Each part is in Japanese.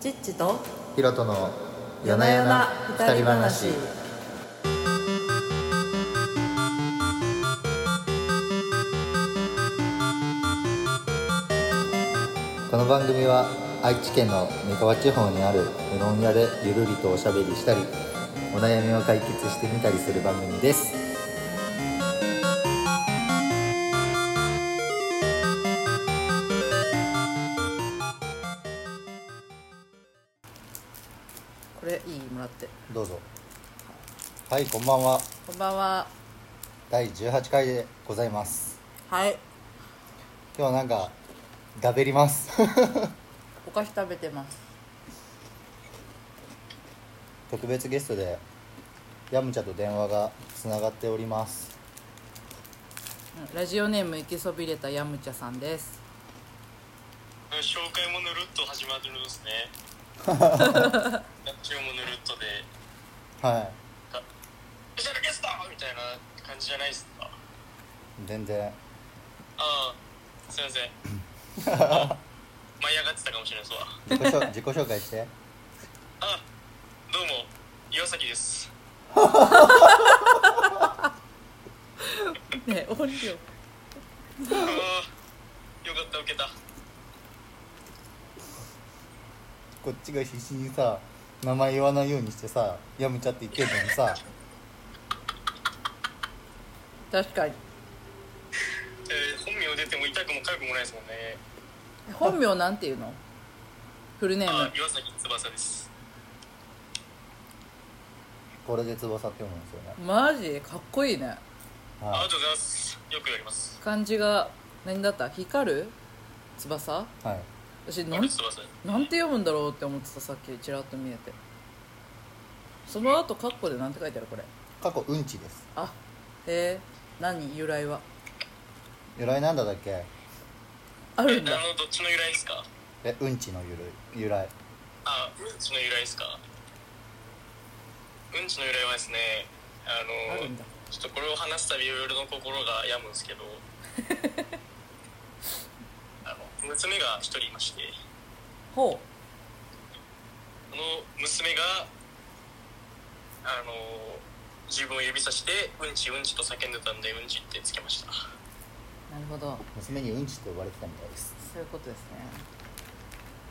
チッチとヒロトの夜な夜な二人話この番組は愛知県の三河地方にあるうどん屋でゆるりとおしゃべりしたりお悩みを解決してみたりする番組ですこれいいもらってどうぞはいこんばんはこんばんは第18回でございますはい今日はなんかだべります お菓子食べてます特別ゲストでヤムチャと電話がつながっておりますうんラジオネーム行きそびれたやむちゃさんです紹介もぬるっと始まってるんですね。 ラジオもぬるっとで、はいあスペシャルゲストみたいな感じじゃないですか。全然ああ、すいません。舞い上がってたかもしれないですわ。自己紹自己紹介してあ、どうも、岩崎です。ね音量ああ、よかった、受けた。こっちが必死にさ名前言わないようにしてさヤムチャって言ってるのにさ確かにえー本名出ても痛くも痒くもないですもんね。本名なんていうのフルネーあム、岩崎翼です。これで翼って読むんですよねマジかっこいいねあありはがとうございます。よくやります。漢字が何だった光る翼い、はい、私なん俺翼。なんて読むんだろうって思ってたさっきちらっと見えてその後カッコでなんて書いてあるこれ過去うんちですあへえ何由来は由来なんだだっけあえるんだあの、どっちの由来ですかえうんちの由来由来あ、うんちの由来ですか。うんちの由来はですね、ああのるんだちょっとこれを話すたびいろいろの心が病むんです けど、あの娘が一人いまして、ほその娘があの自分を指さしてうんちうんちと叫んでたんでうんちってつけました。うなるほど娘にうんちと呼ばれてたみたいですそういうことですね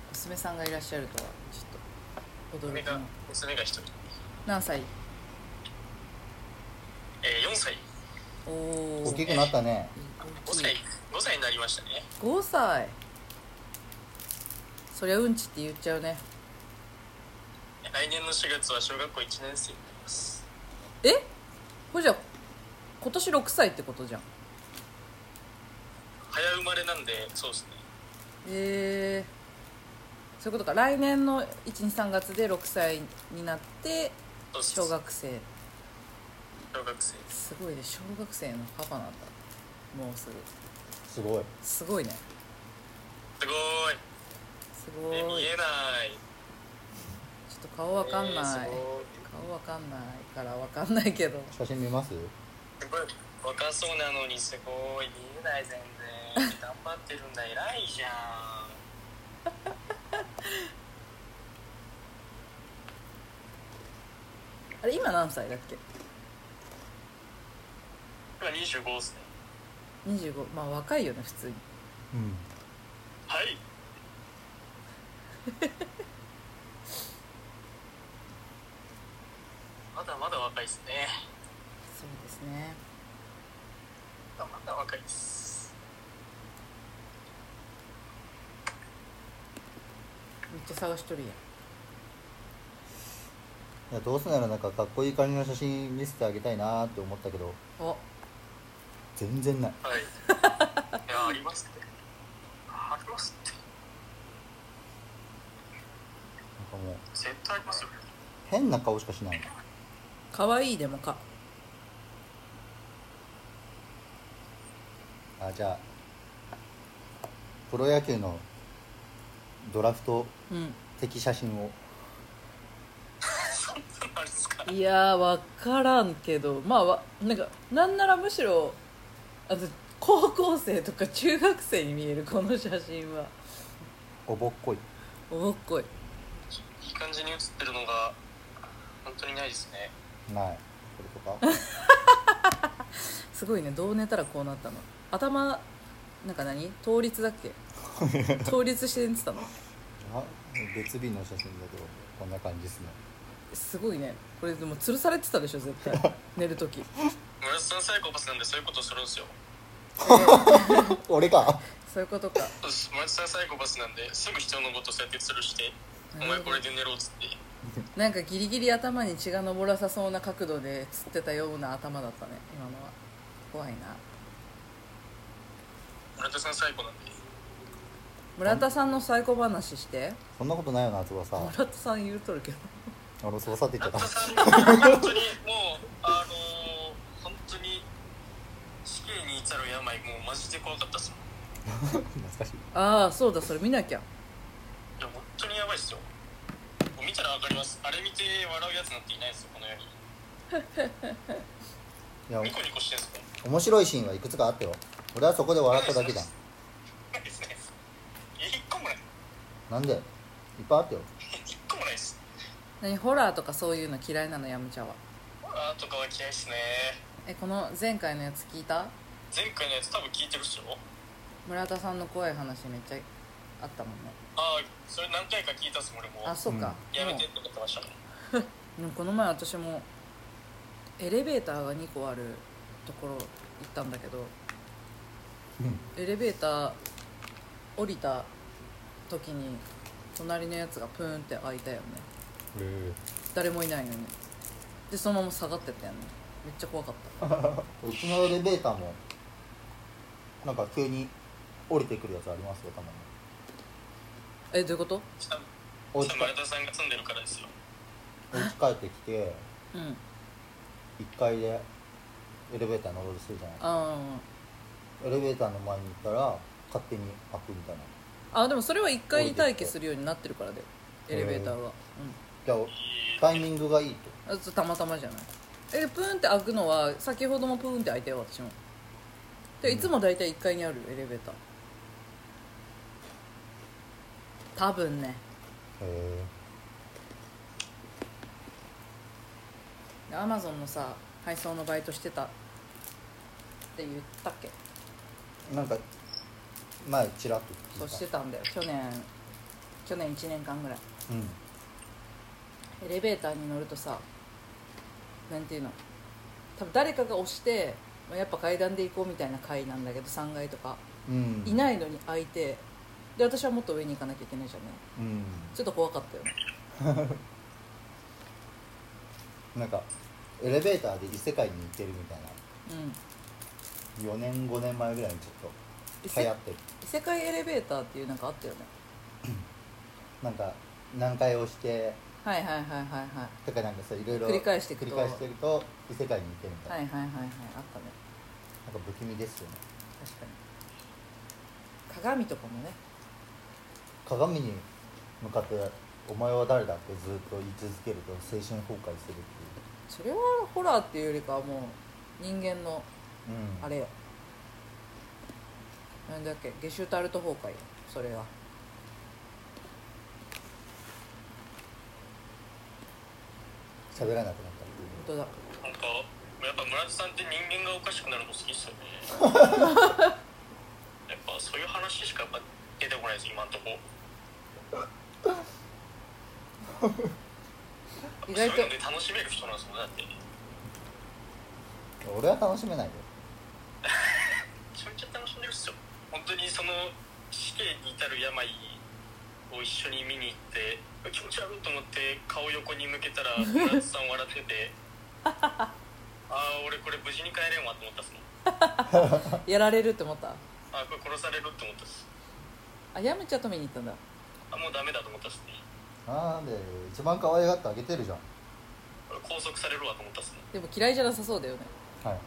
娘さんがいらっしゃるとはちょっと驚娘きがの娘が一人、何歳えー、4歳、おお大きくなったね5歳、5歳になりましたね。 5歳そりゃうんちって言っちゃうね来年の4月は小学校1年生になります。えこれじゃ今年6歳ってことじゃん早生まれなんでそうですねへえそういうことか来年の123月で6歳になってそうっす小学生小学生すごいね小学生のパパなんだもうすぐすごいすごいねすごすごーいえいち見ょえないっと顔わかんえーない、顔わかんないからわかんないけど写真見ますすごいすごい若そうなのにすごい見えない全然頑張ってるんだ偉いじゃんあれ今何歳だっけ今25っすね25まあ若いよね普通にうんはい まだまだ若いっすねそうですねまだまだ若いっすめっちゃ探しとるやんいやどうせならなんかかっこいい感じの写真見せてあげたいなーって思ったけどお全然ない はいいやありますってありますってなんかもう絶対ありますよ変な顔しかしない可愛いでもかあじゃあプロ野球のドラフトうん的写真をそんな のあるんですかいやー分からんけどまあわなんかなんならむしろあの高校生とか中学生に見えるこの写真はおぼっこいおぼっこいいい感じに映ってるのが本当にないですねないこれとかすごいねどう寝たらこうなったの頭なんか何倒立だっ け倒立して寝てたのあ別日の写真だとこんな感じですねすごいねこれでも吊るされてたでしょ絶対寝る時村田さんサイコパスなんでそういうことするんですよ俺かそういうことかそうです村田さんサイコパスなんですぐ人のことそうやって吊るしてお前これで寝ろっつってなんかギリギリ頭に血が上らさそうな角度で吊ってたような頭だったね今のは怖いな村田さんサイコなんで村田さんの最高話してそんなことないよな翼村田さん言うとるけど俺翼って言っちゃ村っ 田たさん本当にもうあのー本当に死刑に至る病もうマジで怖かったっすも懐んかしいああそうだそれ見なきゃいや本当にやばいっすよもう見たらわかりますあれ見て笑うやつなんていないですよこの世にいやニコニコしてんすもん面白いシーンはいくつかあったよ俺はそこで笑っただけだ ないですね一個もないなんでいっぱいあったよ一個もないです何ホラーとかそういうの嫌いなのやむちゃんはあーとかは嫌いっすねえこの前回のやつ聞いた前回のやつ多分聞いてるっしょ村田さんの怖い話めっちゃあったもんねああそれ何回か聞いたっすもん俺もあそうか、やめてもって思ってましたもんうでもこの前私もエレベーターが2個あるところ行ったんだけど、エレベーター降りた時に隣のやつがプーンって開いたよね誰もいないのにでそのまま下がってったよねめっちゃ怖かったうちのエレベーターもなんか急に降りてくるやつありますよたまにえどういうこと下お家下か前田さんが住んでるからですよお家帰ってきてうん1階でエレベーター乗ろうとするじゃないあエレベーターの前に行ったら勝手に開くみたいなーあでもそれは1階に待機するようになってるからでエレベーターはじゃあタイミングがいいとうんあちょっとたまたまじゃないえプーンって開くのは先ほどもプーンって開いたよ私もでいつも大体1階にあるエレベーター多分ねへえアマゾンのさ配送のバイトしてたって言ったっけなんか前ちらっそと聞いたうしてたんだよ去年去年1年間ぐらいうんエレベーターに乗るとさなんていうの多分誰かが押してまあやっぱ階段で行こうみたいな階なんだけど3階とかうんいないのに空いてで私はもっと上に行かなきゃいけないじゃないうんちょっと怖かったよなんかエレベーターで異世界に行ってるみたいうなん4年5年前ぐらいにちょっ異と流行世ってる異世界エレベーターっていうなんかあったよねなんか何回押してはいはいはいはいはいとかなんかそういろいろ繰り返していくと繰り返してると異世界に行けるみたいな、はいはいはいはいあったねなんか不気味ですよね確かに鏡とかもね鏡に向かって「お前は誰だ?」ってずっと言い続けると精神崩壊するっていそれはホラーっていうよりかはもう人間のう、うん、あれよなんだっけゲシュタルト崩壊よそれは喋らなくなったっていう本当だなんかやっぱ村田さんって人間がおかしくなるの好きっすよ ねやっぱそういう話しかやっぱ出てこないです今んとこ 意外とそういうので楽しめる人なんですもんねだって俺は楽しめないよちょいちょい楽しんでるっすよ本当にその死刑に至る病を一緒に見に行って気持ち悪いと思って顔横に向けたら村田さん笑ってて ああ俺これ無事に帰れんわと思ったっすもんやられるって思ったあーこれ殺されるって思ったっすあやめちゃと見に行ったんだあもうダメだと思ったっすねなんで一番可愛がってあげてるじゃん俺拘束されるわと思ったっすねでも嫌いじゃなさそうだよねはいね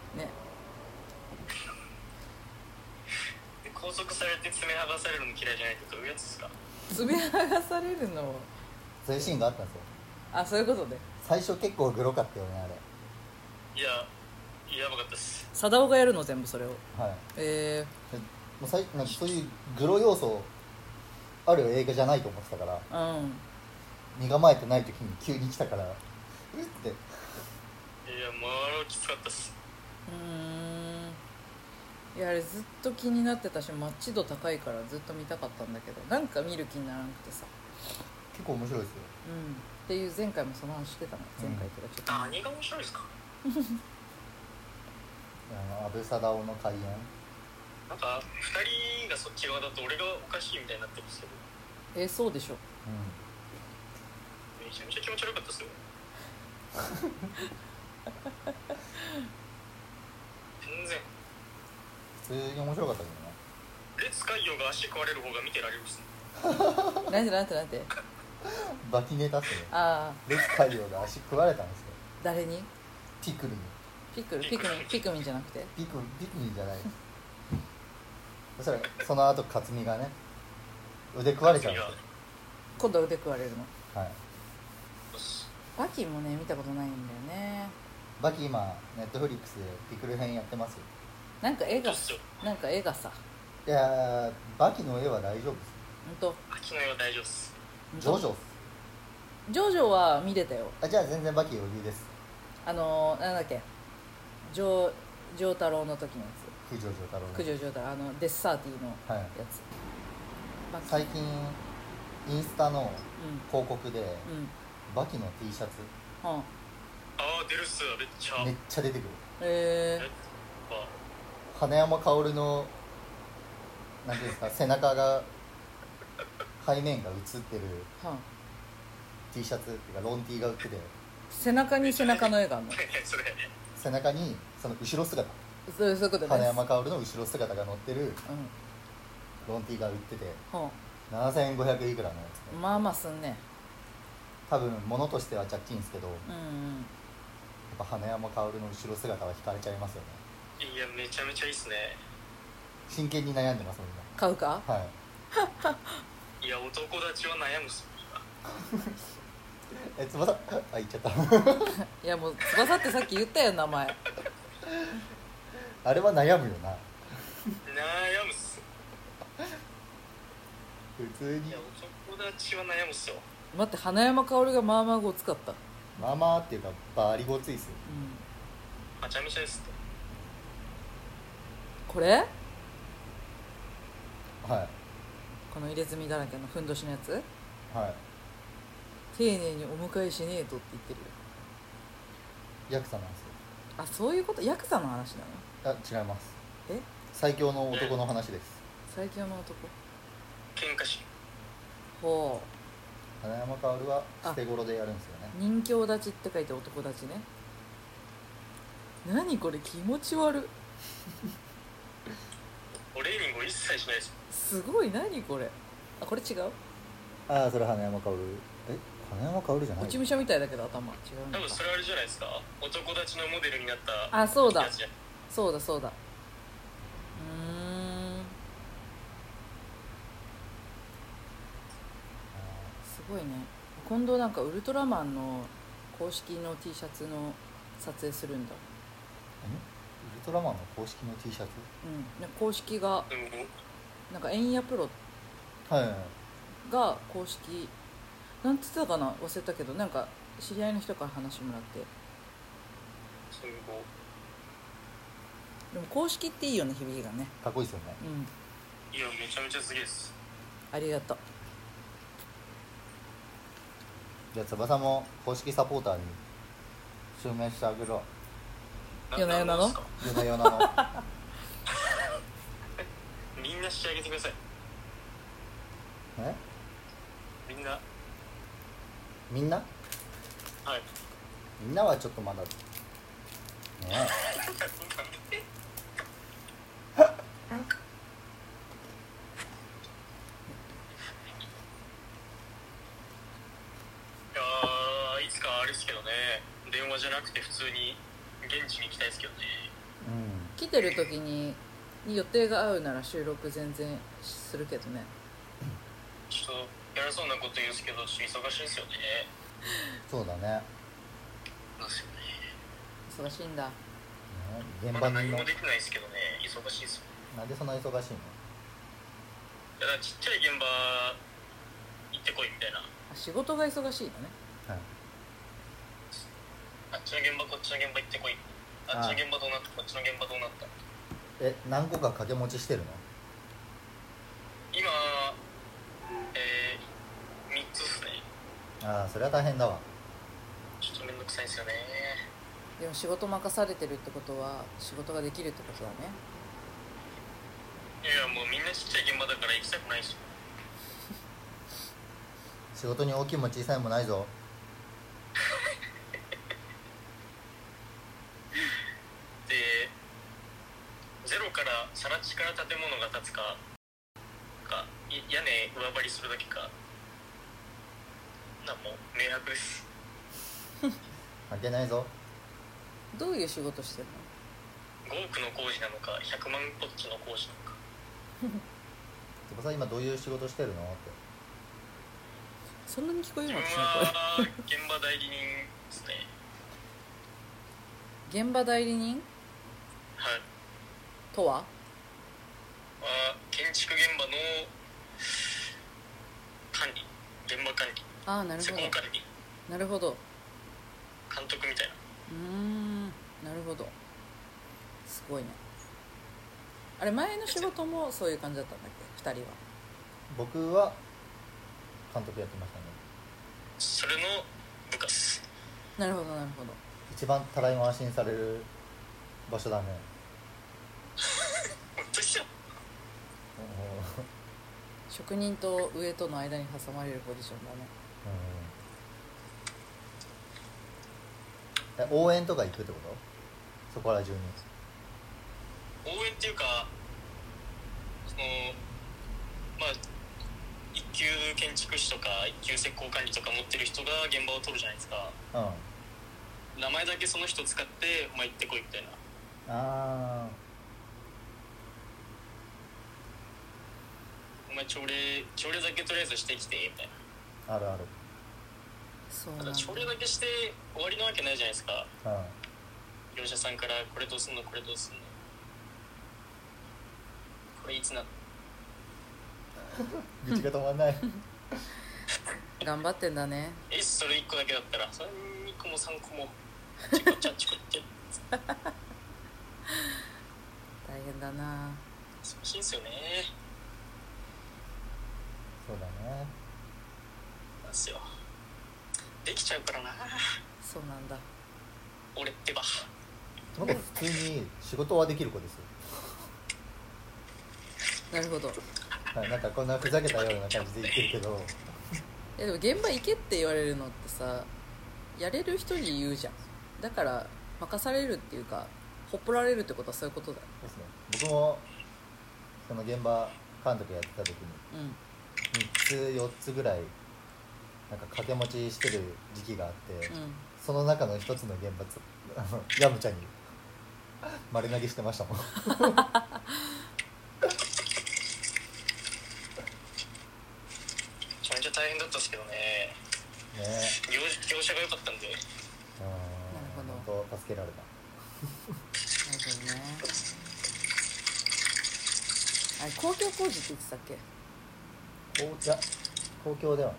で拘束されて爪剥がされるの嫌いじゃないってどういうやつですか爪剥がされるのそういうシーンがあったんですよあそういうことね最初結構グロかったよねあれいややばかったっす貞夫がやるの全部それをはいえでもう最なんかそういうグロ要素ある映画じゃないと思ってたからー、うん身構えてない時に急に来たからうっていやまあきつかったっすうんいやあれずっと気になってたしマッチ度高いからずっと見たかったんだけどなんか見る気にならなくてさ、結構面白いですようん、っていう前回もその話してたの前回とかちょっと前、何が面白いですかあの安倍貞夫の開演なんか2人がそっち側だと俺がおかしいみたいになってますけどえそうでしょめちゃめちゃ気持ち悪かったっすよ全然うん普通に面白かったけどね列海洋が足食われる方が見てられるっすねなんてなんてなんてバキネタっすねああ列海洋が足食われたんですよ誰にピクミンピクルピクミンピクミンじゃなくてピクピクミンじゃ ないそしたらその後克実がね腕食われちゃうんですよ今度は腕食われるのはいバキもね見たことないんだよねバキ今ネットフリックスでピクル編やってますよなんか絵そがうっすよなんか絵がさいやーバキの絵は大丈夫ですほんと秋の絵は大丈夫っすほんジョとジョっすジョジョは見れたよあじゃあ全然バキ余裕ですあのー、なんだっけジョージョー太郎の時のや九条城太郎つの九条ジョー太郎あのデスサーティのはいやつバキ最近インスタの広告でうんうんバキの T シャツはああ出るっすめっちゃ、めっちゃ出てくるあへやっぱ 花山薫のなんていうんですか背中が背面が映ってるえはあ T シャツっていうかロン T が売ってて背中に背中の絵があるのそれ背中にその後ろ姿そうそういうことです花山薫の後ろ姿が載ってるうんロン T が売ってては7500いくらのやつあねまあまあすんね多分物としてはジャッキンですけどやっうんうんぱ花山薫の後ろ姿は惹かれちゃいますよねいやめちゃめちゃいいっすね真剣に悩んでますみん買うかなはいいや男達は悩むっすえ翼あ言っちゃった いやもう翼ってさっき言ったよ名前あれは悩むよな悩むっす普通いにや男達は悩むっすよ待って花山薫がまあまあごつかった、うん、まあまあっていうかバリごついっすよはちゃめちゃですってこれはこの入れ墨だらけのふんどしのやついはい丁寧にお迎えしねえとって言ってるよヤクザなんですよあそういうことヤクザの話なのあ違いますえ最強の男の話です最強の男喧嘩しほ花山薫は捨て頃でやるんですよねう人形立ちって書いて男立ちね何これ気持ち悪トレーニングを一切しないですすごい何これあこれ違うああそれ花山薫え花山薫じゃない落ち武者みたいだけど頭違う多の分かそれあれじゃないですか男達のモデルになったあそうだやつじゃんそうだそうだうーんすごいね今度なんかウルトラマンの公式の T シャツの撮影するんだえウルトラマンの公式の T シャツうんで公式がでもなんかエンヤプロはいが公式なんつってたかな忘れたけどなんか知り合いの人から話もらってそのこうでも公式っていいよね響きがねかっこいいですよねうんいやめちゃめちゃすげえっすありがとうじゃあ翼も公式サポーターに襲名してあげろ夜な夜なのんですか夜な夜な のみんな仕上げてくださいえみんなみんなはい みんなはちょっとまだねえいやーいつかあれですけどね電話じゃなくて普通に現地に行きたいですけどねう来てる時に予定が合うなら収録全然するけどねちょっと偉そうなこと言うんですけどちょっと忙しいんですよねんそうだねねそう忙ですよねしいんだ現ま場だに何のもできないですけどね忙しいですよなんでそんな忙しいのいやだからちっちゃい現場行っってこいみたいなあ仕事が忙しいのねはいあっちの現場こっちの現場行ってこいあっちの現場どうなったこっちの現場どうなったえ何個か掛け持ちしてるの今えー、3つっすねああそれは大変だわちょっとめんどくさいんですよねでも仕事任されてるってことは仕事ができるってことだねいやもうみんなちっちゃい現場だから行きたくないし仕事に大きいも小さいもないぞでゼロからさら地から建物が建つかかい屋根上張りするだけかなんも明白です負けないぞどういう仕事してる5億の工事なのか100万ポッチの工事なのかてかさ今どういう仕事してるのってのそんなに聞こえる自の分私の声は現場代理人ですね現場代理人はいとはは建築現場の管理現場管理ああなる施ほ工ど管理なるほど監督みたいなうーんなるほどすごいねあれ前の仕事もそういう感じだったんだっけ2人は僕は監督やってましたねそれの部下っすなるほどなるほど一番たらい回しにされる場所だね本当っすようんうん職人と上との間に挟まれるポジションだねえ応援とか行くってことそこら中に応援っていうかそのまあ一級建築士とか一級施工管理とか持ってる人が現場を取るじゃないですかうんあ名前だけその人使って「お前行ってこい」みたいなあ「お前朝礼朝礼だけとりあえずしてきて」みたいなあるあるそうたなんだだ朝礼だけして終わりなわけないじゃないですかう業者さんからこれどうすんのこれどうすんのこれいつなんん愚痴が止まんない頑張ってんだねえそれ1個だけだったらそれ2個も3個もチコちゃチコ ちゃ大変だな忙しいんすよねそうだねなんですよできちゃうからなそうなんだ俺ってば僕は普通に仕事はできる子ですよなるほどはい、なんかこんなふざけたような感じで言ってるけどえでも現場行けって言われるのってさやれる人に言うじゃんだから任されるっていうかほっぽられるってことはそういうことだよですね僕もその現場監督やってた時にうん3つ4つぐらいなんか掛け持ちしてる時期があって、うんその中の一つの現場つあの ヤムちゃんに丸投げしてましたもん めちゃめちゃ大変だったんですけどねねえ業業者が良かったんでうんなるほんと助けられたなるほどねあれ公共工事って言ってたっけこういや公共ではない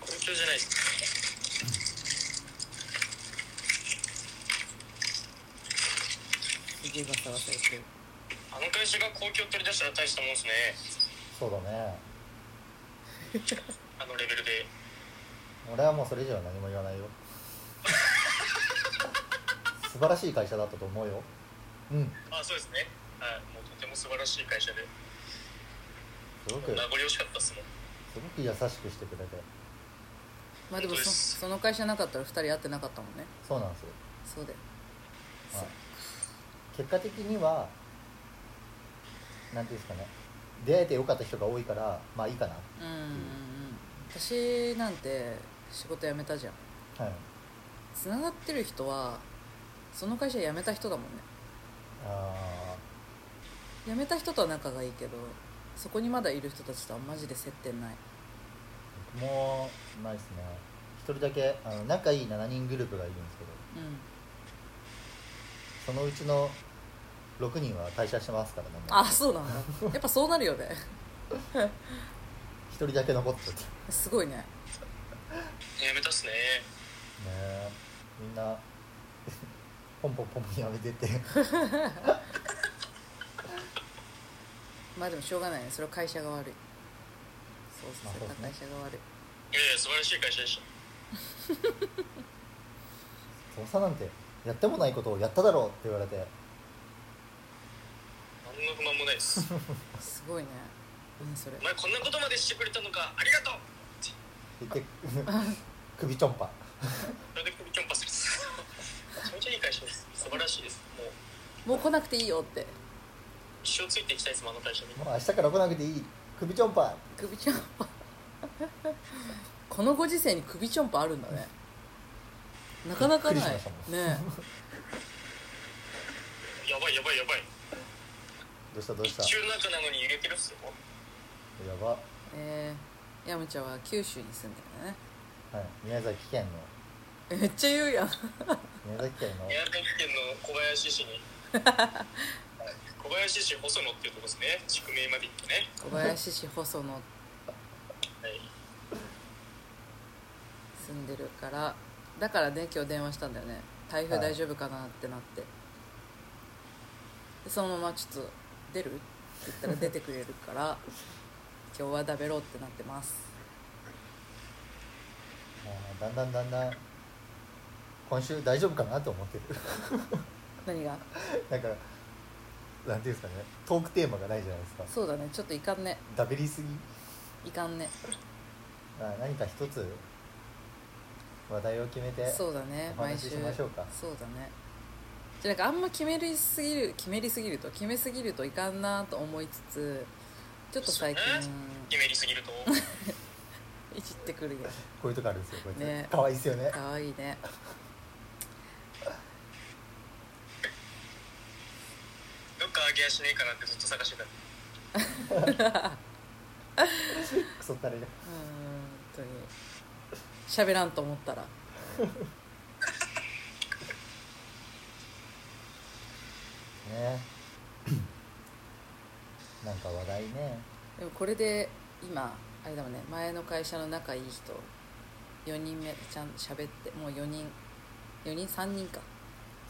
公共じゃないですかすげえガサガサ言ってるあの会社が公共取り出したら大したもんですねそうだねあのレベルで俺はもうそれ以上は何も言わないよ 素晴らしい会社だったと思うようんあそうですねはいもうとても素晴らしい会社ですごく名す残惜しかったっすもんごく優しくしてくれてまあでもそうでそすその会社なかったら2人会ってなかったもんねそうなんですよ、そうだよはい、結果的にはなんていうんですかね出会えてよかった人が多いからまあいいかなうんうんうん私なんて仕事辞めたじゃんはいつながってる人はその会社辞めた人だもんねあ辞めた人とは仲がいいけどそこにまだいる人たちとはマジで接点ないーもうないですね一人だけあの仲いい7人グループがいるんですけどうんそのうちの6人は退社してますからねもうあそうなんだやっぱそうなるよね一人だけ残っちゃったねすごいねやめたっすねえみんな ポンポンポンポンやめてて まあでもしょうがないねそれは会社が悪いそうまそうあそうそれですはね会社が悪いいやいや素晴らしい会社でしたそうさなんてやってもないことをやっただろうって言われて何の不満もないですすごいね何それ お前こんなことまでしてくれたのかありがとう言って 首ちょんぱそれで首キョンパするっ すめちゃめちゃいい会社です素晴らしいですもうもう来なくていいよって一生ついていきたいですもんあの会社にもう明日から来なくていい首ちょんぱ首ちょん ぱこのご時世に首ちょんぱあるんだねなかなかないびねっくりしましえやばいやばいやばいどうしたどう日した中の中なのに揺れてるっすよやばはえー、ヤムちゃんは九州に住んでるんだねい宮崎県のえめっちゃ言う やん宮崎県の宮崎県の小林市 にはい小林市細野っていうとこですね宿名まで行ってね、小林市細野はい、住んでるからだからね今日電話したんだよね台風はい大丈夫かなってなって、でそのままちょっと出るって言ったら出てくれるから 今日は食べろうってなってますもうだんだんだんだん今週大丈夫かなと思ってる何がだからなんていうんですかねトークテーマがないじゃないですかそうだねちょっといかんねダベりすぎいかんねまあ何か一つ話題を決めてそうだねお毎話し週しましょうかそうだねじゃあなんかあんま決めりすぎる決めりすぎると決めすぎるといかんなと思いつつちょっと最近決めりすぎ るといじってくるよこういうとこあるんですよこいつ、ねかわいいですよねかわいいねどっか上げやしねえかなってずっと探してたクソったれうーん本が当に喋らんと思ったら ねなんか話題ねでもこれで今あれだもんね前の会社の仲いい人4人目ちゃん喋ってもう4人4人3人か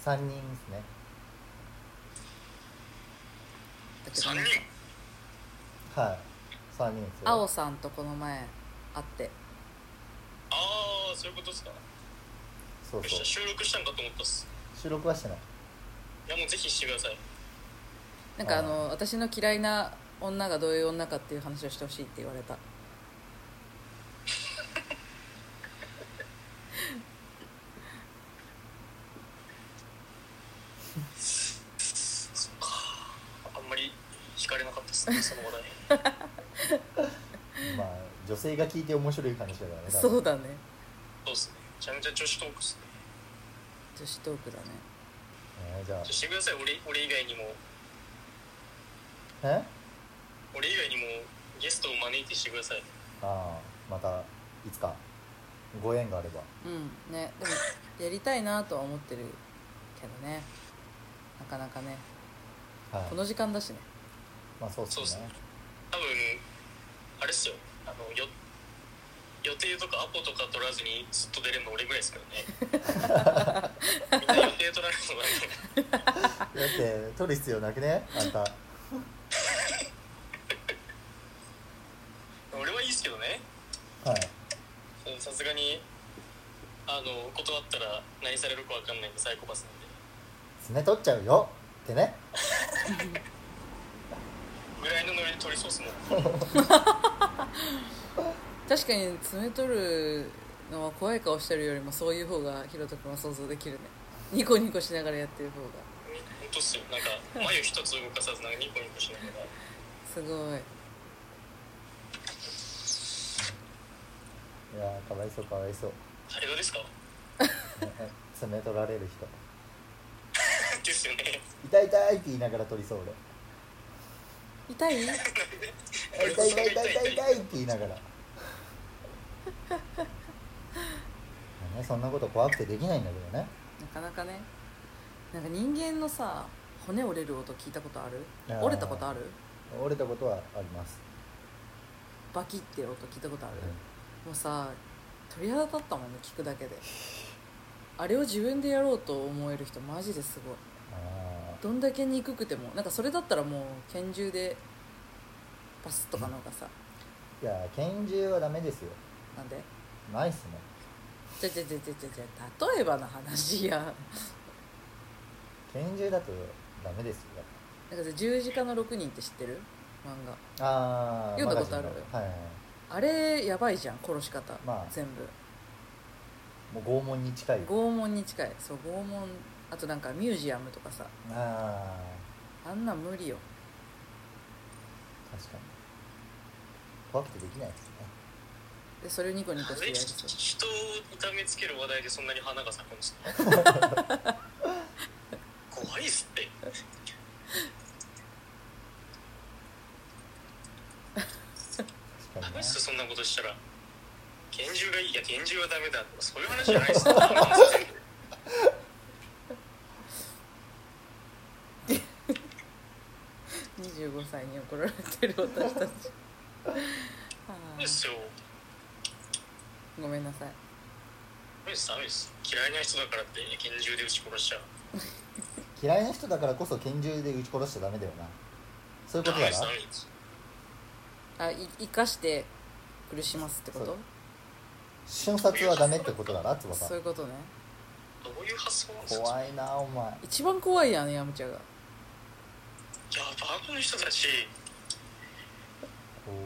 3人ですねだけど3なんか人はい3人ですよ青さんとこの前会ってああそういうことっすかそうそう収録したんかと思ったっす収録はしてないいやもうぜひしてくださいなんかあの私の嫌いな女がどういう女かっていう話をしてほしいって言われたそっかあんまり惹かれなかったっ すねその話題まあ女性が聞いて面白い話だからね多分そうだねそうっすねめちゃめちゃ女子トークっすね女子トークだねねじゃあちょしてください俺俺以外にもえ俺以外にもゲストを招いてしてくださいああまたいつかご縁があればうんねでもやりたいなとは思ってるけどねなかなかねはいこの時間だしねまあそうっそうっすすねね多分あれっすよあのよ予定とかアポとか取らずにずっと出れるの俺ぐらいですからねみんな予定取られるのがね だって取る必要なくねあんた俺はいいっすけどねはいうんさすがにあの断ったら何されるかわかんないんでサイコパスなんで爪取っちゃうよってねぐらいのノリで取りそうっすもん確かに爪取るのは怖い顔してるよりもそういう方がひろと君は想像できるねニコニコしながらやってる方が本当っすよなんか眉一つ動かさずなんかニコニコしながらすごいいやーかわいそうかわいそう誰がですかね爪取られる人ですよね痛い痛いって言いながら取りそう俺痛い痛い痛い痛い痛い痛いって言いながらねそんなこと怖くてできないんだけどねなかなかねなんか人間のさ骨折れる音聞いたことあるあー折れたことある折れたことはありますバキって音聞いたことある、もうさ鳥肌立ったもんね聞くだけであれを自分でやろうと思える人マジですごいあどんだけ憎くてもなんかそれだったらもう拳銃でパスッとかの方がさ、ーいや拳銃はダメですよなんでないっすねじゃじゃじゃじゃじゃじゃ例えばの話や拳銃だとダメですよなんかさ十字架の6人って知ってる漫画ああ読んだことあるはいはいはいあれやばいじゃん殺し方、まあ全部もう拷問に近い拷問に近いそう拷問あとなんかミュージアムとかさあああんなん無理よ確かに怖くてできないですねでそれをニコニコしてやる人人を痛めつける話題でそんなに花が咲くんですか 怖いっすって確かダにねメっすよそんなことしたら拳銃がいいいや拳銃はダメだとかそういう話じゃない っすよあ25歳に怒られてる私 たちあれですよーごめんなさいダメですダメです嫌いな人だからって拳銃で撃ち殺しちゃう嫌いな人だからこそ拳銃で撃ち殺しちゃダメだよなそういうダことだメでなすダメですあい生かして苦しますってこそとう瞬殺はダメってことだなつばそうさいうことねどういう発想なんですんか怖いなお前一番怖いやんヤムチャがいやバーコの人たち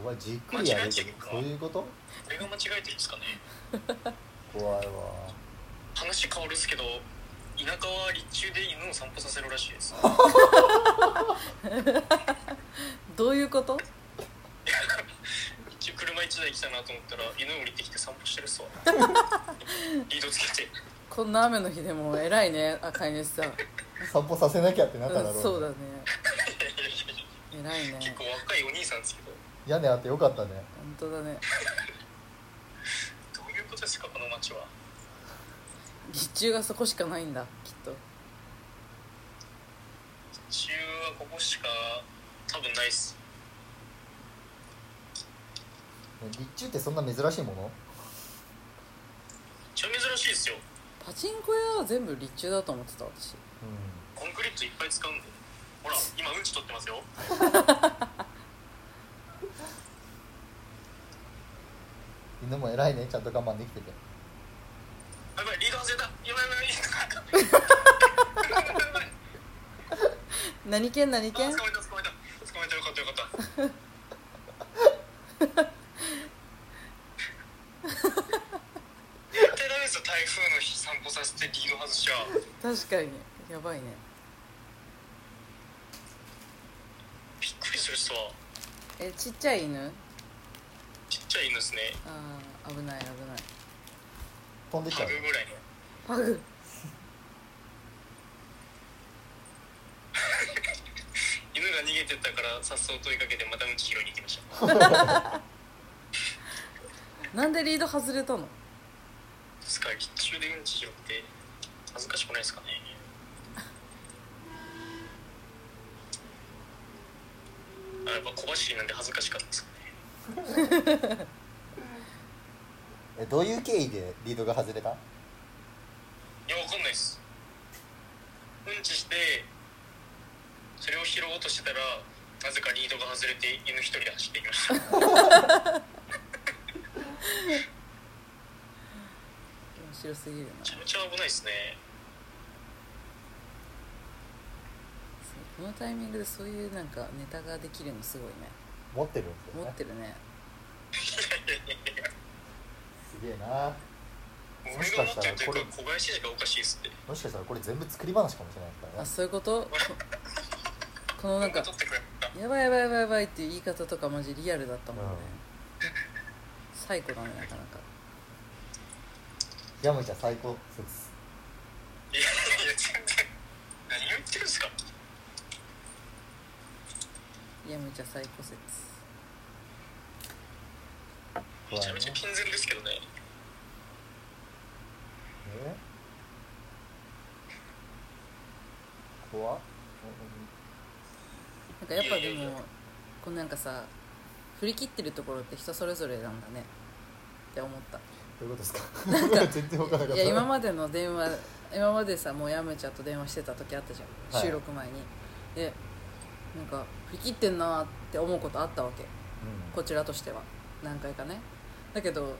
怖いじっくりやるけど間違えてるかそういうこと俺が間違えてるんですかね怖いわ話変わるんですけど田舎は立中で犬を散歩させるらしいですどういうこと立中車一台来たなと思ったら犬降りてきて散歩してるっすわリードつけて こんな雨の日でも偉いねあ飼い主さん、散歩させなきゃってなっただろうん、そうだねね偉いね結構若いお兄さんですけど屋根あってよかったね本当だねどういうことですかこの町は日中がそこしかないんだきっと立中はここしか多分ないっす立中ってそんな珍しいもの一応珍しいですよパチンコ屋は全部立中だと思ってた私うコンクリートいっぱい使うんでほら今うんち取ってますよん犬も偉いねちゃんと我慢できててやばいリード外れたやばいやばいリードやばいやばい何県何あ捕ま県えた捕まえた捕まえたよかったよかった 絶対ダメですよ台風の日散歩させてリード外しちゃ確かにやばいねびっくりする人はえちっちゃい犬ちっちゃい犬ですねあー危ない危ない飛んできハたグねぐらいのパグ犬が逃げてったからさっそう問いかけてまたうんち拾いに行きましたなんでリード外れたのですから日中でうんち拾って恥ずかしくないですかねあやっぱ小走りなんで恥ずかしかったですかねえどういう経緯でリードが外れたいや、わかんないです。うんちして、それを拾おうとしてたら、なぜかリードが外れて犬一人で走っていき ました。面白すぎるなめちゃめちゃ危ないですね。このタイミングでそういうなんかネタができるのすごいね持ってるんです持よねってるねすげえなも俺しがかし思ったてらるとこれいうか、小林氏がおかしいっすって。もしかしたらこれ全部作り話かもしれないですからあねそういうことこ このなんか取ってくれた。 「やばいやばいやばいやばい」っていう言い方とかマジリアルだったもんね、うん最高だねなかなかヤムチャ最高説いやいや、全然。何を言ってるんですかいやむちゃ最高説怖めいちゃねめちゃ健全ですけどね。え怖っなんかやっぱいやでいやいやもこうなんかさ振り切ってるところって人それぞれなんだねって思ったどういうことですか 全然分からなかっいたや今までの電話今までさもうやむちゃんと電話してた時あったじゃん、はい収録前にでなんか振り切ってんなーって思うことあったわけこちらとしては何回かねだけど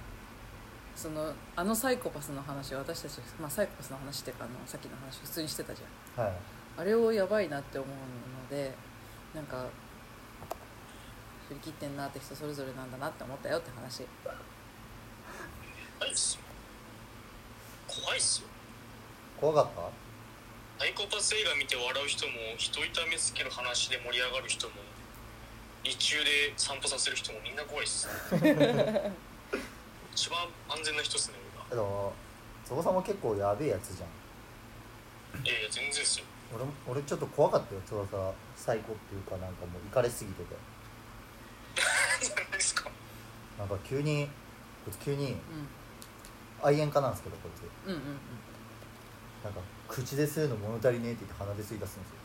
そのあのサイコパスの話私たち、まあ、サイコパスの話っていうかあのさっきの話普通にしてたじゃうん、はいんあれをやばいなって思うのでなんか振り切ってんなって人それぞれなんだなって思ったよって話怖いっすよ怖いっすよ怖かったサイコパス映画見て笑う人も人痛めつける話で盛り上がる人も日中で散歩させる人もみんな怖いっ す一番安全な人っすねけどそこさんも結構やべえやつじゃん俺がいやいや全然っすよ俺も俺ちょっと怖かったよそこさん最高っていうかなんかもう行かれすぎてて何ですかなんか急にこいつ急にう愛煙家なんですけどこいつんうんうんうんなんか口で吸うの物足りねえって言って鼻で吸い出すんですよ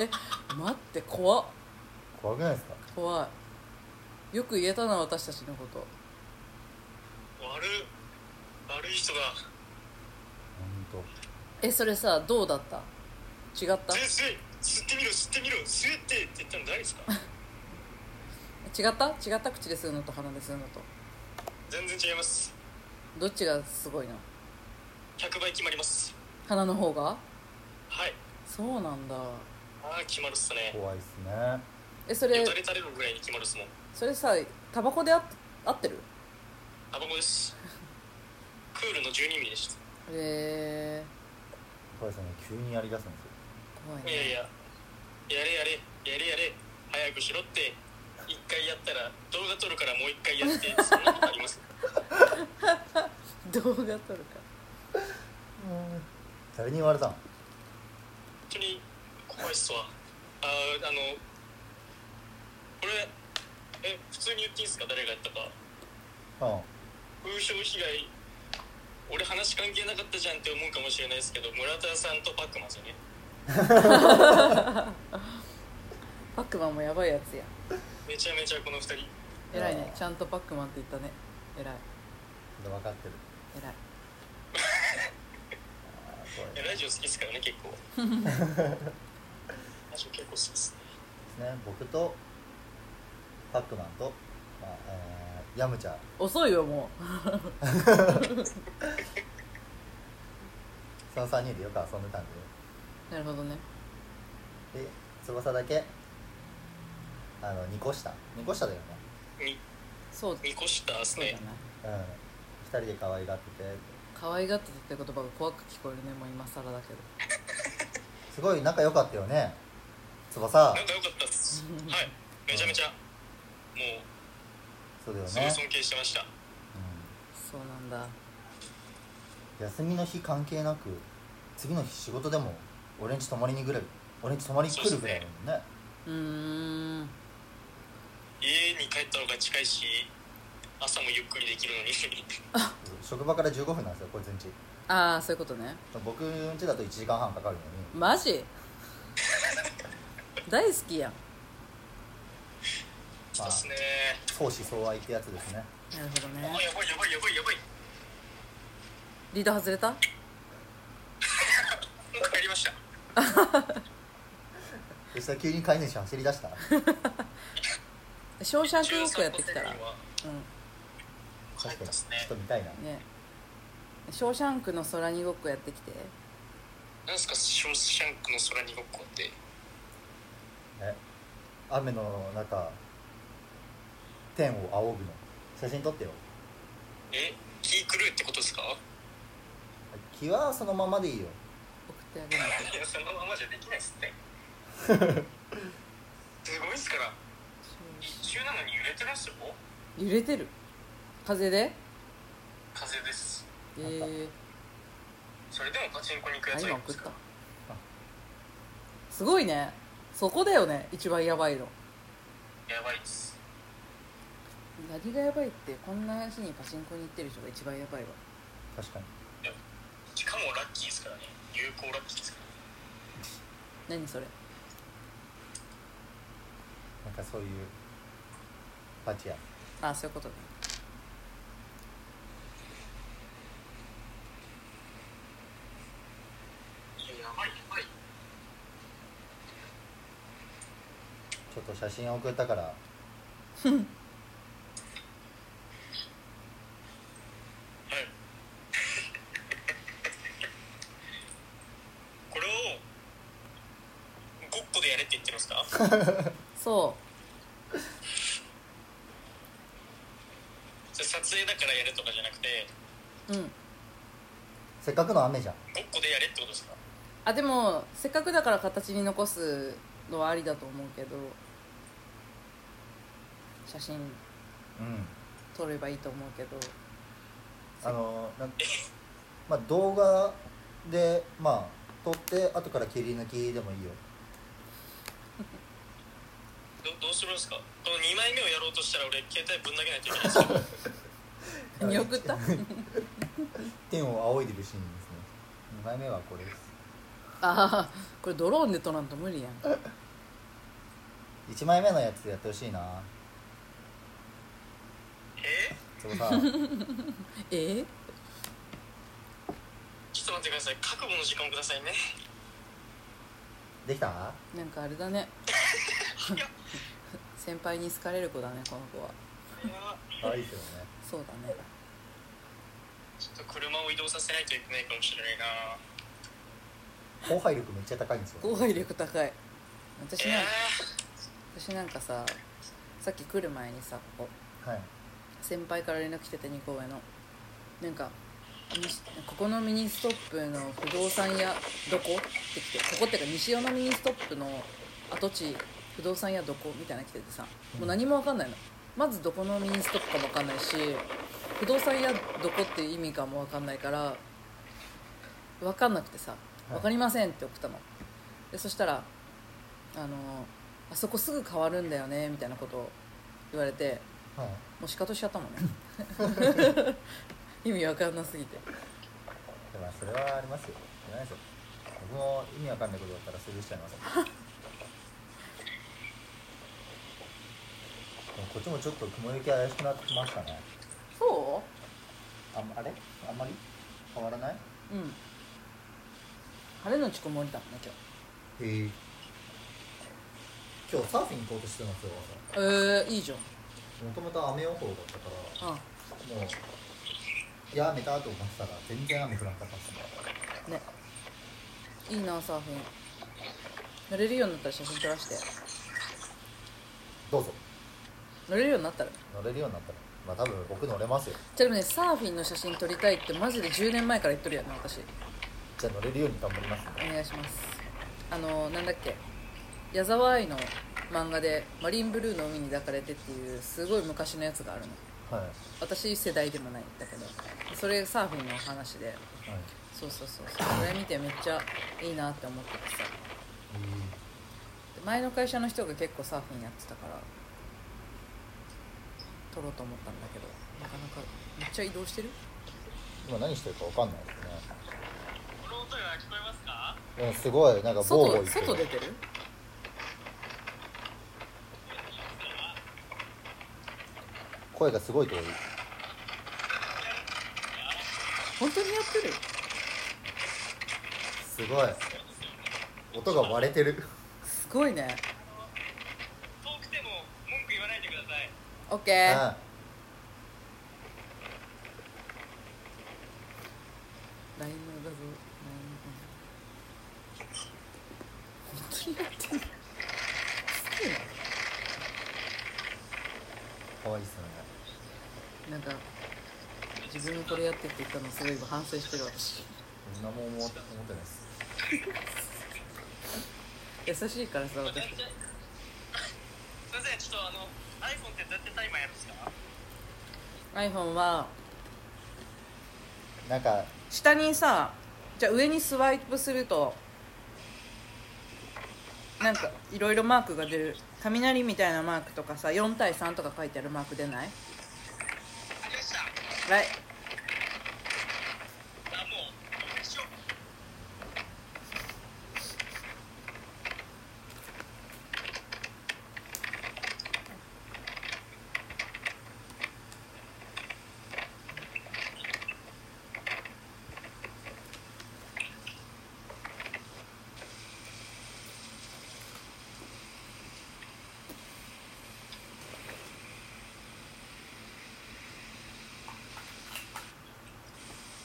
ええ待って怖っ怖くないですか怖いよく言えたな私たちのこと悪い悪い人だ本えそれさどうだった違った先生吸ってみろ吸ってみろ吸えってって言ったの誰ですか違った違った口で吸うのと鼻で吸うのと全然違いますどっちがすごいの100倍決まります鼻の方がはいそうなんだああ決まるっす当ね怖いっすねえそれよだれ垂れるぐらいに決まるっすもんそれさタバコであっ合ってるタバコですクールの12ミリでしたへえ怖いっすね急にやり出すんですよ怖いいやいねややれやれやれやれ早くしろって一回やったら動画撮るからもう一回やってそんなことあります動画撮るか誰に言われたの本当に怖いっすわあーあのこれえ普通に言っていいですか誰がやったかうん風評被害俺話関係なかったじゃんって思うかもしれないですけど村田さんとパックマンですよねパックマンもやばいやつやめちゃめちゃこの2人偉いねあーちゃんとパックマンって言ったね偉い分かってる偉いあー怖いラジオ好きですからね結構ラジオ結構好きですねですね僕とパックマンと、まあえーヤムチャ遅いよもその3人でよく遊んでたんうな るほどねでで翼だけあの2個下2個下だよねにそう2個下ですそうだねなうん2人で可愛がってて可愛がってたって言葉が怖く聞こえるねもう今更だけどすごい仲良かったよね翼なんか良かったっす。はい。めちゃめちゃ、もう、そうだよすごいね、尊敬してました。そうなんだうん、休みの日関係なく次の日仕事でも俺ん家泊まりにぐらい俺ん家泊まりに来るぐらいだもんねうーん家に帰ったのが近いし、朝もゆっくりできる のに。職場から15分なんですよこいつん家ああそういうことね僕ん家だと1時間半かかるのにマ ジ大好きやん来たっすね。相思相愛ってやつですねなるほどあ、やばねいやばいやばいやばい。リーダー外れたもう帰りました。そしたら急に飼い主走り出したショーシャンクウォークや13っ個てきたら手にはう帰ったっすねちょっ。と見たいなんねショーシャンクの空にごっこやってきてなんすか、ショーシャンクの空にごっこって。え雨の中天を仰ぐの写真撮ってよえ気狂うってことですか気はそのままでいいよ送ってあげないといや、そのままじゃできないっす ね。すごいっすから。一周なのに揺れてますよ。揺れてる風で風です。えそれでもパチンコに行くー、やあつ今はいま送っすたかすごいねそこだよね一番やばいのやばいっす。何がやばいってこんな日にパチンコに行ってる人が一番やばいわ確かにしかもラッキーですからね有効ラッキーですか何それなんなんかそういうパチやあそういうことねいややばいやばいちょっと写真送ったからはい これをごっこでやれって言ってます かそそれ撮影だからやるとかじゃなくてううんせっかくの雨じゃんごっこでやれってことですかあでもせっかくだから形に残すのはありだと思うけど写真うん撮ればいいと思うけどあのなん まあ動画でまあ撮って後から切り抜きでもいいよどどうするんですかこの2枚目をやろうとしたら俺携帯ぶん投げないといけないですよ見送った天を仰いでるシーンですね2枚目はこれですああこれドローンで撮らんと無理やん1枚目のやつやってほしいな えつぼさ んえちょっと待ってください覚悟の時間をくださいねできたー、なんかあれだね先輩に好かれる子だねこの子はいや可愛いけどねそうだねちょっと車を移動させないといけないかもしれないな後輩力めっちゃ高いんですよ後輩力高い私なんえか私なんかささっき来る前にさここはい先輩から連絡来てて二個上のなんかミニここのミニストップの不動産屋どこって来てここっていうか西尾のミニストップの跡地不動産屋どこみたいなの来ててさもう何も分かんないのまずどこのミニストップかも分かんないし不動産屋どこって意味かも分かんないから分かんなくてさ「い分かりません」って送ったのでそしたら「あのあそこすぐ変わるんだよね」みたいなことを言われてはいもう仕方しちゃったもんね 意味わかんなすぎてでもそれはありますよじゃないですよ僕も意味わかんないことだったらスルーしちゃいま すでもこっちもちょっと雲行き怪しくなってきましたねそああれあんまり変わらないううん晴れのち曇りだもんね今へえ今日サーフィン行こうとしてますよ日えー、いいじゃんもともと雨予報だったからあもういや雨だと思ってたら全然雨降らなかったですねねいいなサーフィン乗れるようになったら写真撮らしてどうぞ乗れるようになったら乗れるようになったらまあ多分僕乗れますよじゃあでもねサーフィンの写真撮りたいってマジで10年前から言っとるやんな私じゃあ乗れるように頑張りますお願いしますあのなんだっけ矢沢愛の漫画で「マリンブルーの海に抱かれて」っていうすごい昔のやつがあるのはい、はい私世代でもないんだけどそれサーフィンの話でそうそうそうそうそれ見てめっちゃいいなって思っててさ前の会社の人が結構サーフィンやってたから撮ろうと思ったんだけどなかなかめっちゃ移動してる今何してるかわかんないですねこの音が聞こえますかでもすごいなんかボーボ外ー言ってる外出てる声がすごい遠い本当にやってるすごい音が割れてるすごいね遠くても文句言わないでください OK ラインの画像 LINE の画像本当にやってるすげえなうんかわいいっすねなんか自分もこれやってって言ったのすごい今反省してる私何も思って思ってないです優しいからさすいま私せんちょっとあの iPhone ってどうやってタイマーやるんですか iPhone はなんか下にさじゃあ上にスワイプするとなんかいろいろマークが出る雷みたいなマークとかさ4対3とか書いてあるマーク出ないありましたはいあもうこれでしょ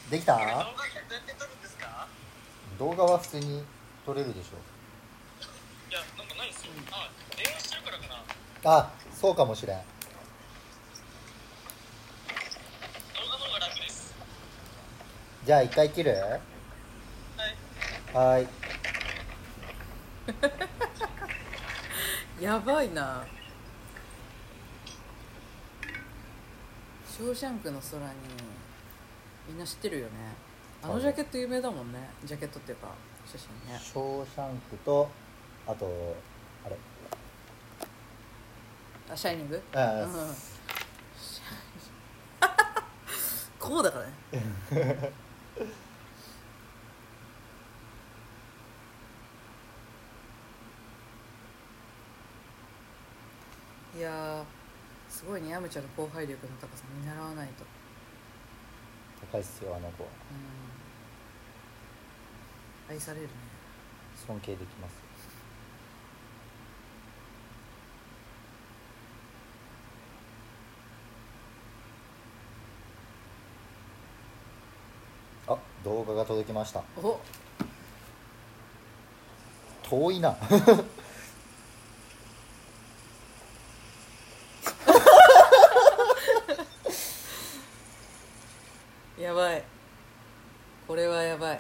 できたこれ動画100円で撮るんですか動画は普通に撮れるでしょいやなんかないんですよあ電話してるからかなあそうかもしれん動画の方が楽ですじゃあ一回切るはいはーいやばいな「ショーシャンクの空に」みんな知ってるよねあのジャケット有名だもんねジャケットっていうか写真「ねショーシャンク」とあとあれあシャイニングあうんシャイニングこうだからねいやーすごいねヤムちゃんの後輩力の高さ見習わないと高いっすよあの子はうん愛されるね尊敬できますあ動画が届きましたお遠いな やばいこれはやばい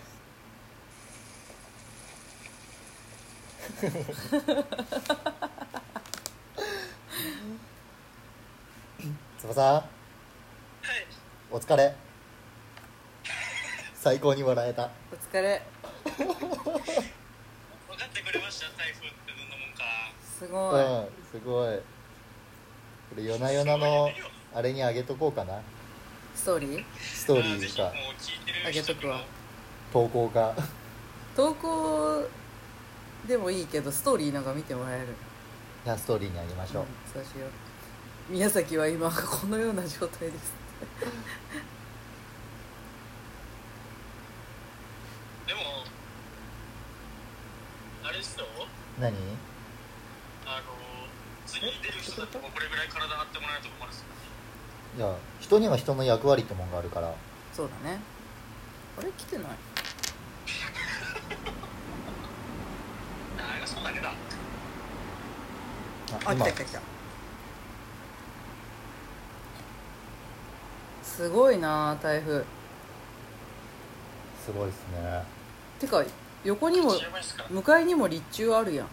つばさんはいお疲れ最高に笑えたお疲れ分かってくれました台風ってどんなもんかすうごい、んすごいこれ夜な夜なのあれにあげとこうかなストーリーストーリあぜーひもうか聞いてる人あげとくわ投稿か 投稿でもいいけどストーリーなんか見てもらえるいやストーリーにあげましょう、んそうしよう宮崎は今このような状態ですでもあれですよ何あの次に出る人だともうこれぐらい体張ってもらえると困るんですよいや人には人の役割ってもんがあるからそうだねあれ来てないああれがそうだけだあ来今た来た来たすごいなあ台風すごいですねてか横にも知らないですから向かいにも立中あるやん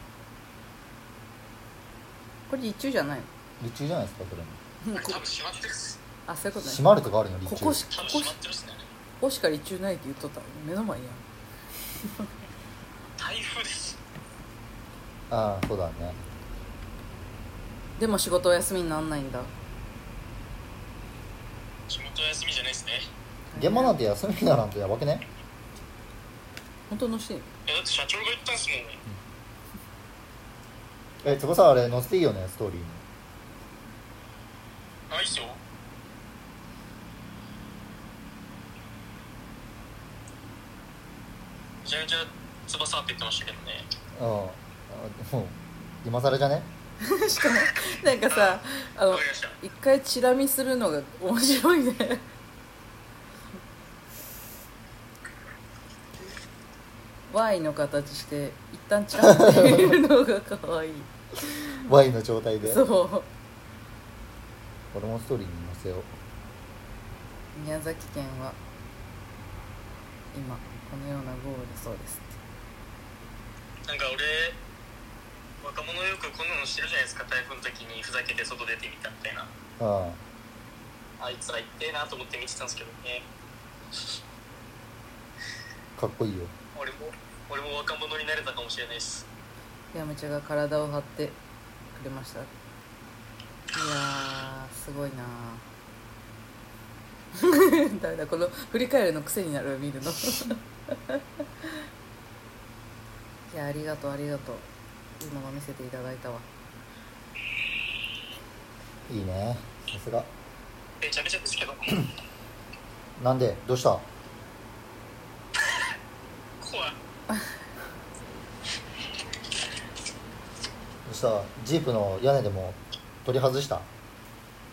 これ立中じゃないの立中じゃないですかそれもうん多こ分閉まってるっすあそういうことね閉まるとかあるの立こ中こし多ここ分閉しこまってるっすねこしか立中ないって言っとった目の前やん台風ですああそうだねでも仕事お休みになんないんだ仕事休みじゃないっすね現場なんて休みだなんてやばくね本当の シーンいやだって社長が言ったんすもんえつばさんあれ載せていいよねストーリーにあいいっすよめちゃめちゃ翼って言ってましたけどねうんあもう今 更じゃねしかもなんかさあのわかりました一回チラ見するのが面白いねワイの形して一旦チラっていうのが可愛い Y の状態でそう俺もストーリーに載せよう宮崎県は今このような豪雨だそうですなんか俺若者よくこんなのしてるじゃないですか台風の時にふざけて外出てみたみたいなうんあいつら行ってえなと思って見てたんですけどねかっこいいよ俺も俺も若者になれたかもしれないですヤムチャが体を張ってくれましたいやーすごいなー ダメだこの振り返るの癖になる見るの いやありがとうありがとういいもの見せていただいたわいいねさすがめちゃめちゃですけど 怖なんでどうしたいどうしたジープの屋根でも取り外した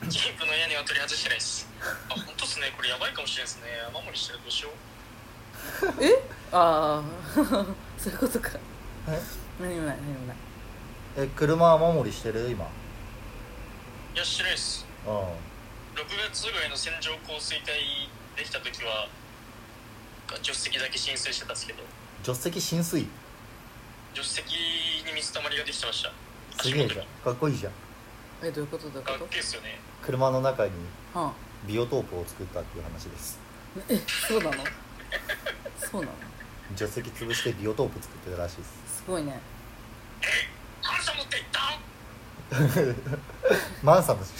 ジープの屋根は取り外してないですあ本当っすねこれやばいかもしれないですね雨漏りしてるどうしようああ そういうことかえ何もない何もないえ車雨漏りしてる今いやしてないですう6月ぐらいの線状降水帯できた時は助手席だけ浸水してたんですけどん助手席浸水助手席に水たまりができてましたすげえじゃんかっこいいじゃんえどういうことどういうかっこけえっすよね車の中にとはあビオトープを作ったっていう話ですえそうなのそうなの助手席潰してビオトープ作ってたらしいですすごいねハンさん持って行ったマンサム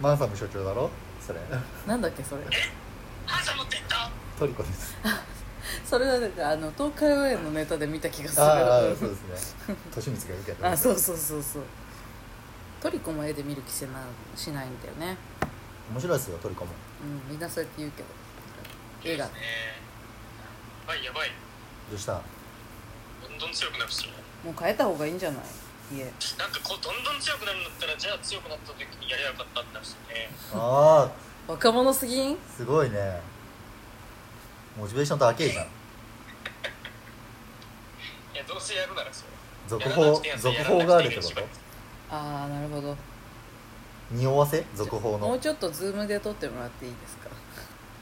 マンサム所長だろそれなんだっけそれハンさん持って行ったトリコですそれはなんかあの東海オンエアのネタで見た気がするああそうですね利光が受けたあそうそうそうそうトリコも絵で見る気しなしないんだよね面白いですよトリコもうんみんなそうやって言うけどい絵いでがすねやばいやばいどうしたどんどん強くなるっすよもう変えた方がいいんじゃない家なんかこうどんどん強くなるんだったらじゃあ強くなった時にやりゃよかったってなるっすよねああ若者すぎんすごいねモチベーション高えじゃんいやどうせやるならそう続報続報があるってことああなるほど匂わせ続も報うのちょっとズームで撮ってもらっていいですか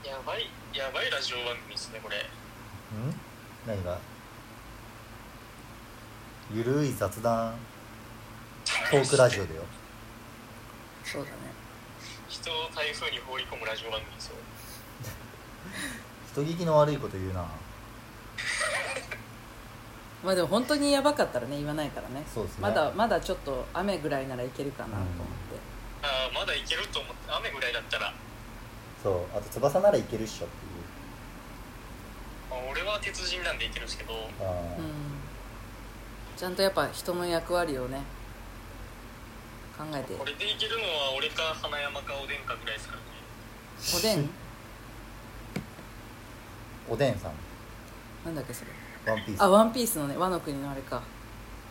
やばいやばいラジオ番組ですねこれうん何がゆるい雑談トークラジオだよそうだね人を台風に放り込むラジオ番組ですよ人聞きの悪いこと言うなまあでも本当にやばかったらね言わないからねそうですねまだまだちょっと雨ぐらいならいけるかなと思って、ああまだいけると思って雨ぐらいだったら、そうあと翼ならいけるっしょっていうまあ、俺は鉄人なんでいけるんですけどあーうんちゃんとやっぱ人の役割をね考えてこれでいけるのは俺か花山かおでんかぐらいですからおねでんおでんさんなんだっけそれワンピースあワンピースのね和の国のあれか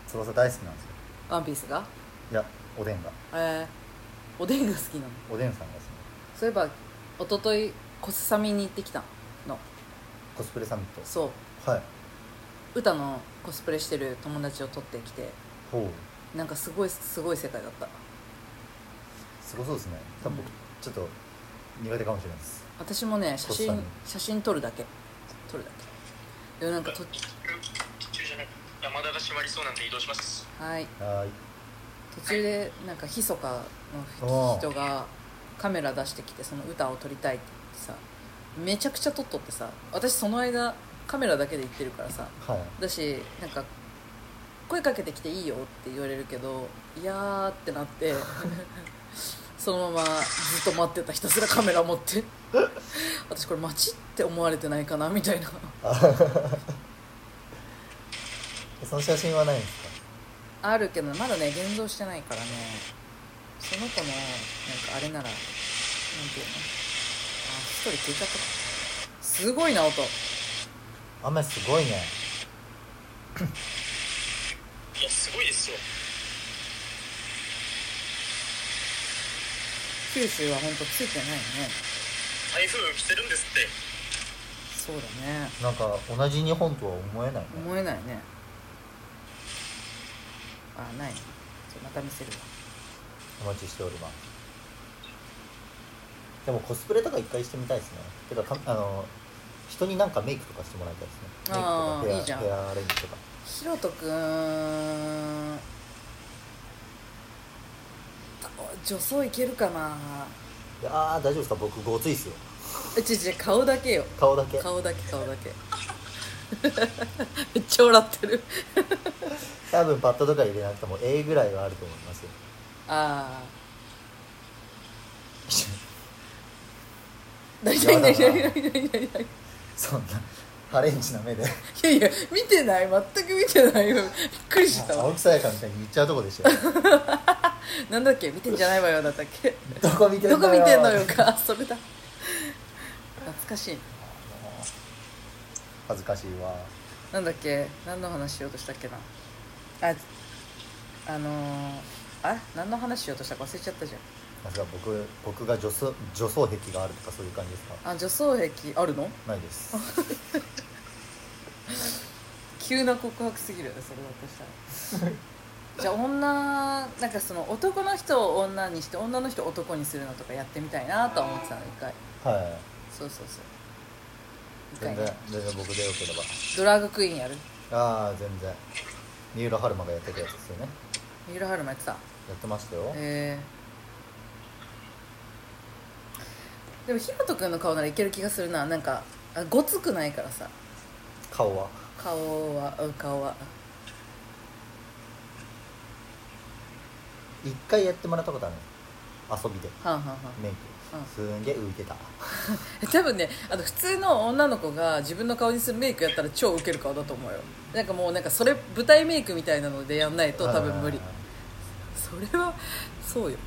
翼大好きなんですよワンピースがいやおでんがえー、おでんが好きなのおでんさんがそのそういえば一昨日コスサミに行ってきたのコスプレサミットそうはい歌のコスプレしてる友達を撮ってきてほうなんかすごいすごい世界だったすごそうですね多分僕ちょっと苦手かもしれないです私もね写コスサ真ミ写真撮るだけ撮るだけでもなんかと途中じゃない山田が閉まりそうなんで移動しますはいは途中でなんかひそかの人がカメラ出してきてその歌を撮りたいって言ってさめちゃくちゃ撮っとってさ私その間カメラだけで行ってるからさーいはいだしなんか声かけてきていいよって言われるけどいやーってなってそのままずっと待ってたひたすらカメラ持って私これ待ちって思われてないかなみたいな えその写真はないんですかあるけどまだね現像してないからねその子のなんかあれならなんていうのあ一人消えちゃったかすごいな音雨すごいねいやすごいですよ九州はほんとついてないね台風来てるんですってそうだねなんか同じ日本とは思えないね思えないねあないねちょまた見せるわお待ちしておりますでもコスプレとか一回してみたいですねてかかあの人になんかメイクとかしてもらいたいですねメイクとあーかヘアいいじゃんヘアアレンジとかひろとくん女装いけるかないやー大丈夫ですか僕ごついっすよえちち顔だけよ顔だけ顔だけ顔だけめっちゃ笑ってる多分パッドとか入れなくても A ぐらいはあると思いますよああ何何何何何何何何いそんなハレンチな 目でやいや見てない全く見てないよびっくりした青わ木さやかみたいに言っちゃうとこ でしたよなんだっけ見てんじゃないわよだったっけどこ見てんどのこ見てんのよかそれだ懐かしい恥ずかしいわなんだっけ何の話しようとしたっけなああのーあれ何の話しようとしたか忘れちゃったじあじゃあ僕僕が女装女装癖があるとかそういう感じですかゃんあ女装癖あるのないです急な告白すぎるよねそれだとしたらじゃあ女なんかその男の人を女にして女の人を男にするのとかやってみたいなとは思ってたの一回はそうそうそうい一全回然ね全然僕でよければドラァグクイーンやるああ全然三浦春馬がやってたやつですよね三浦春馬やってたやってましたよえー、でもひろとくんの顔ならいける気がするななんかあごつくないからさ顔は顔はうん顔は一回やってもらったことあるの遊びではんはんはんメイクうんすんげえ浮いてたえ 多分ねあの普通の女の子が自分の顔にするメイクやったら超ウケる顔だと思うよなんかもうなんかそれ舞台メイクみたいなのでやんないと多分無理それはそうよ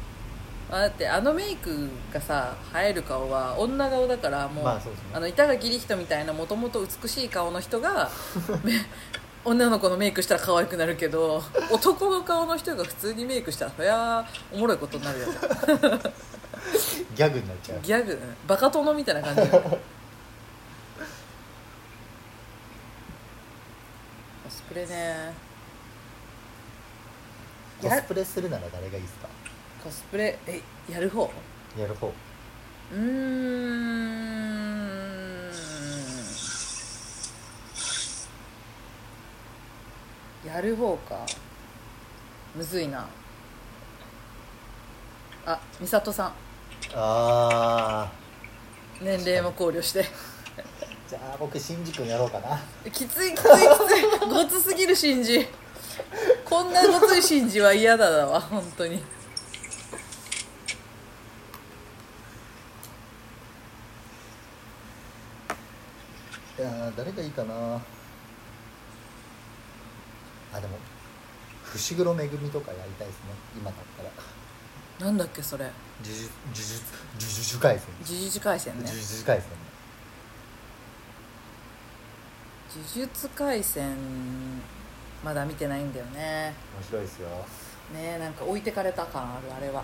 あだってあのメイクがさ映える顔は女顔だからもう,、まあそうですねの板垣理人みたいなもともと美しい顔の人 がめ女の子のメイクしたら可愛くなるけど男の顔の人が普通にメイクしたらそりゃおもろいことになるよねギャグになっちゃうギャグバカ殿みたいな感じよねコスプレねコスプレするなら誰がいいですかコスプレえやる方やる方うーんやる方かむずいなあ美里さんああ年齢も考慮してじゃあ僕シンジ君やろうかなきついきついきついごつすぎる新人こんなごつい新人は嫌だだわ本当にいやー誰がいいかなあでも伏黒めぐみとかやりたいですね今だったらなんだっけそれ呪術呪術呪術回戦呪術廻戦ね呪術回戦呪術廻戦まだ見てないんだよね面白いですよねえなんか置いてかれた感あるあれは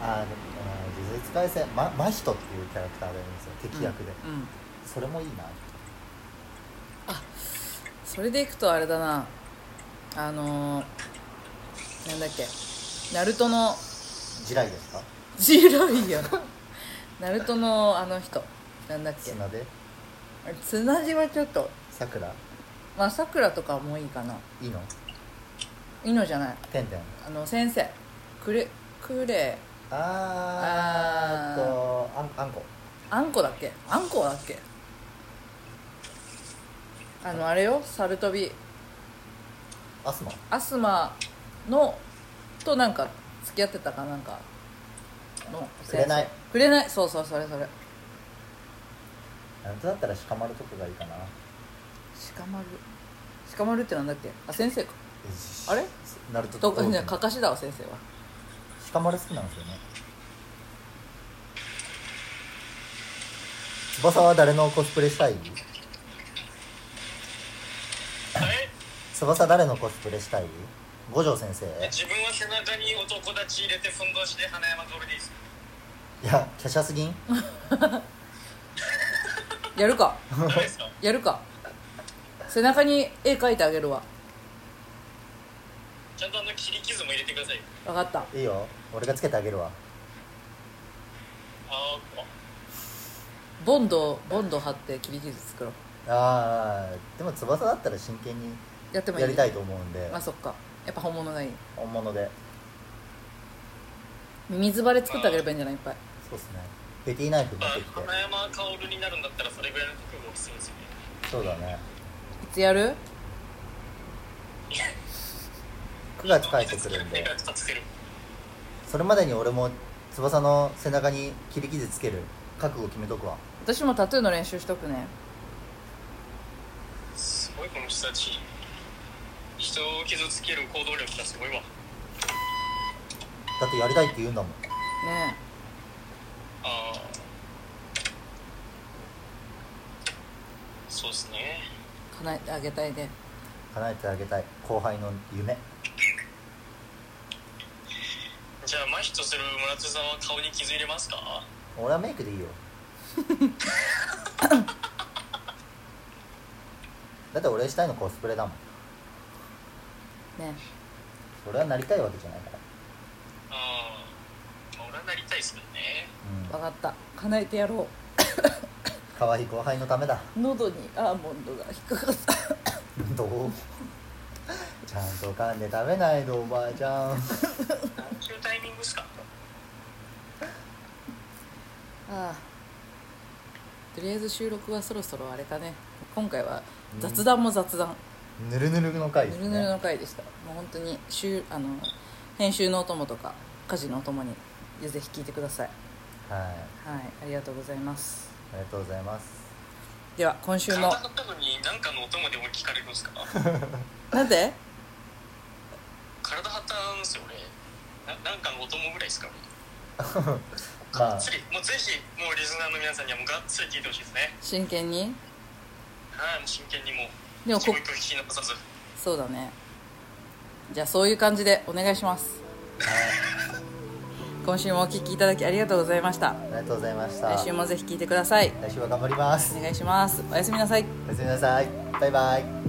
あーでもあー呪術回戦ま真人っていうキャラクターがいるんですよ敵役で、うん、うんそれもいいなそれでいくとあれだなあのー、なんだっけナルトの地雷ですかジーライやナルトのあの人なんだっけ砂でつなじはちょっとさくらまあさくらとかもいいかないいのいのじゃないてんてんあの先生くれくれあーあーとあんあんこあんこだっけあんこだっけあのあれよ猿飛びアスマアスマのとなんか付き合ってたかなんかの先生紅くれないそうそうそれそれあんただったら鹿丸とかがいいかな鹿丸鹿丸ってなんだっけあ先生かあれナルトととじゃあかかしだわ先生は鹿丸好きなんですよね翼は誰のコスプレしたいえ翼誰のコスプレしたい五条先生い自分は背中に男立ち入れてふんどしで花山通りで いいですや華奢すぎんやるかか誰ですかやるか背中に絵描いてあげるわちゃんとあの切り傷も入れてくださいよ分かったいいよ俺がつけてあげるわあーあボンドボンド貼って切り傷作ろうあーでも翼だったら真剣にやってもいいやりたいと思うんであそっかやっぱ本物がいい本物で水バレ作ってあげればいいんじゃないいっぱいそうっすねペティナイフ持まってあきて花山薫になるんだったらそれぐらいの覚悟を必要ですよねそうだねいつやる9月帰ってくるん手でが二つ出るそれまでに俺も翼の背中に切り傷つける覚悟決めとくわ私もタトゥーの練習しとくねすごいこの人たち人を傷つける行動力がすごいわだってやりたいって言うんだもんねああそうですねえ叶えてあげたいね叶えてあげたい後輩の夢じゃあ麻痺とする村津さんは顔に傷入れますか俺はメイクでい いよだって俺したいのコスプレだもんね俺はなりたいわけじゃないからうんまあ俺はなりたいですけどね分かった叶えてやろうん可愛い後輩のためだ う喉にアーモンドが引っかかったどうちゃんと噛んで食べないとおばあちゃん何ていうタイミングですかああとりあえず収録はそろそろあれかね今回は雑談も雑談、ぬるぬるの回でぬするぬるねの回でしたもう本当に収あの編集のお供とか家事のお供にぜひ聞いてくださいはいはいありがとうございますありがとうございますでは今週体も張ったのに何かの音まで俺聞かれるんですかなんで体張ったんですよ俺ななんかの音もぐらいですか俺まがあっつりもうぜひもうリスナーの皆さんにはもうがっつり聞いてほしいですね真剣にはいもう真剣にもうでも一こ個一個聞き残さずそうだねじゃあそういう感じでお願いします今週もお聞きいただきありがとうございましたありがとうございました来週もぜひ聞いてください来週は頑張りますお願いしますおやすみなさいおやすみなさいバイバイ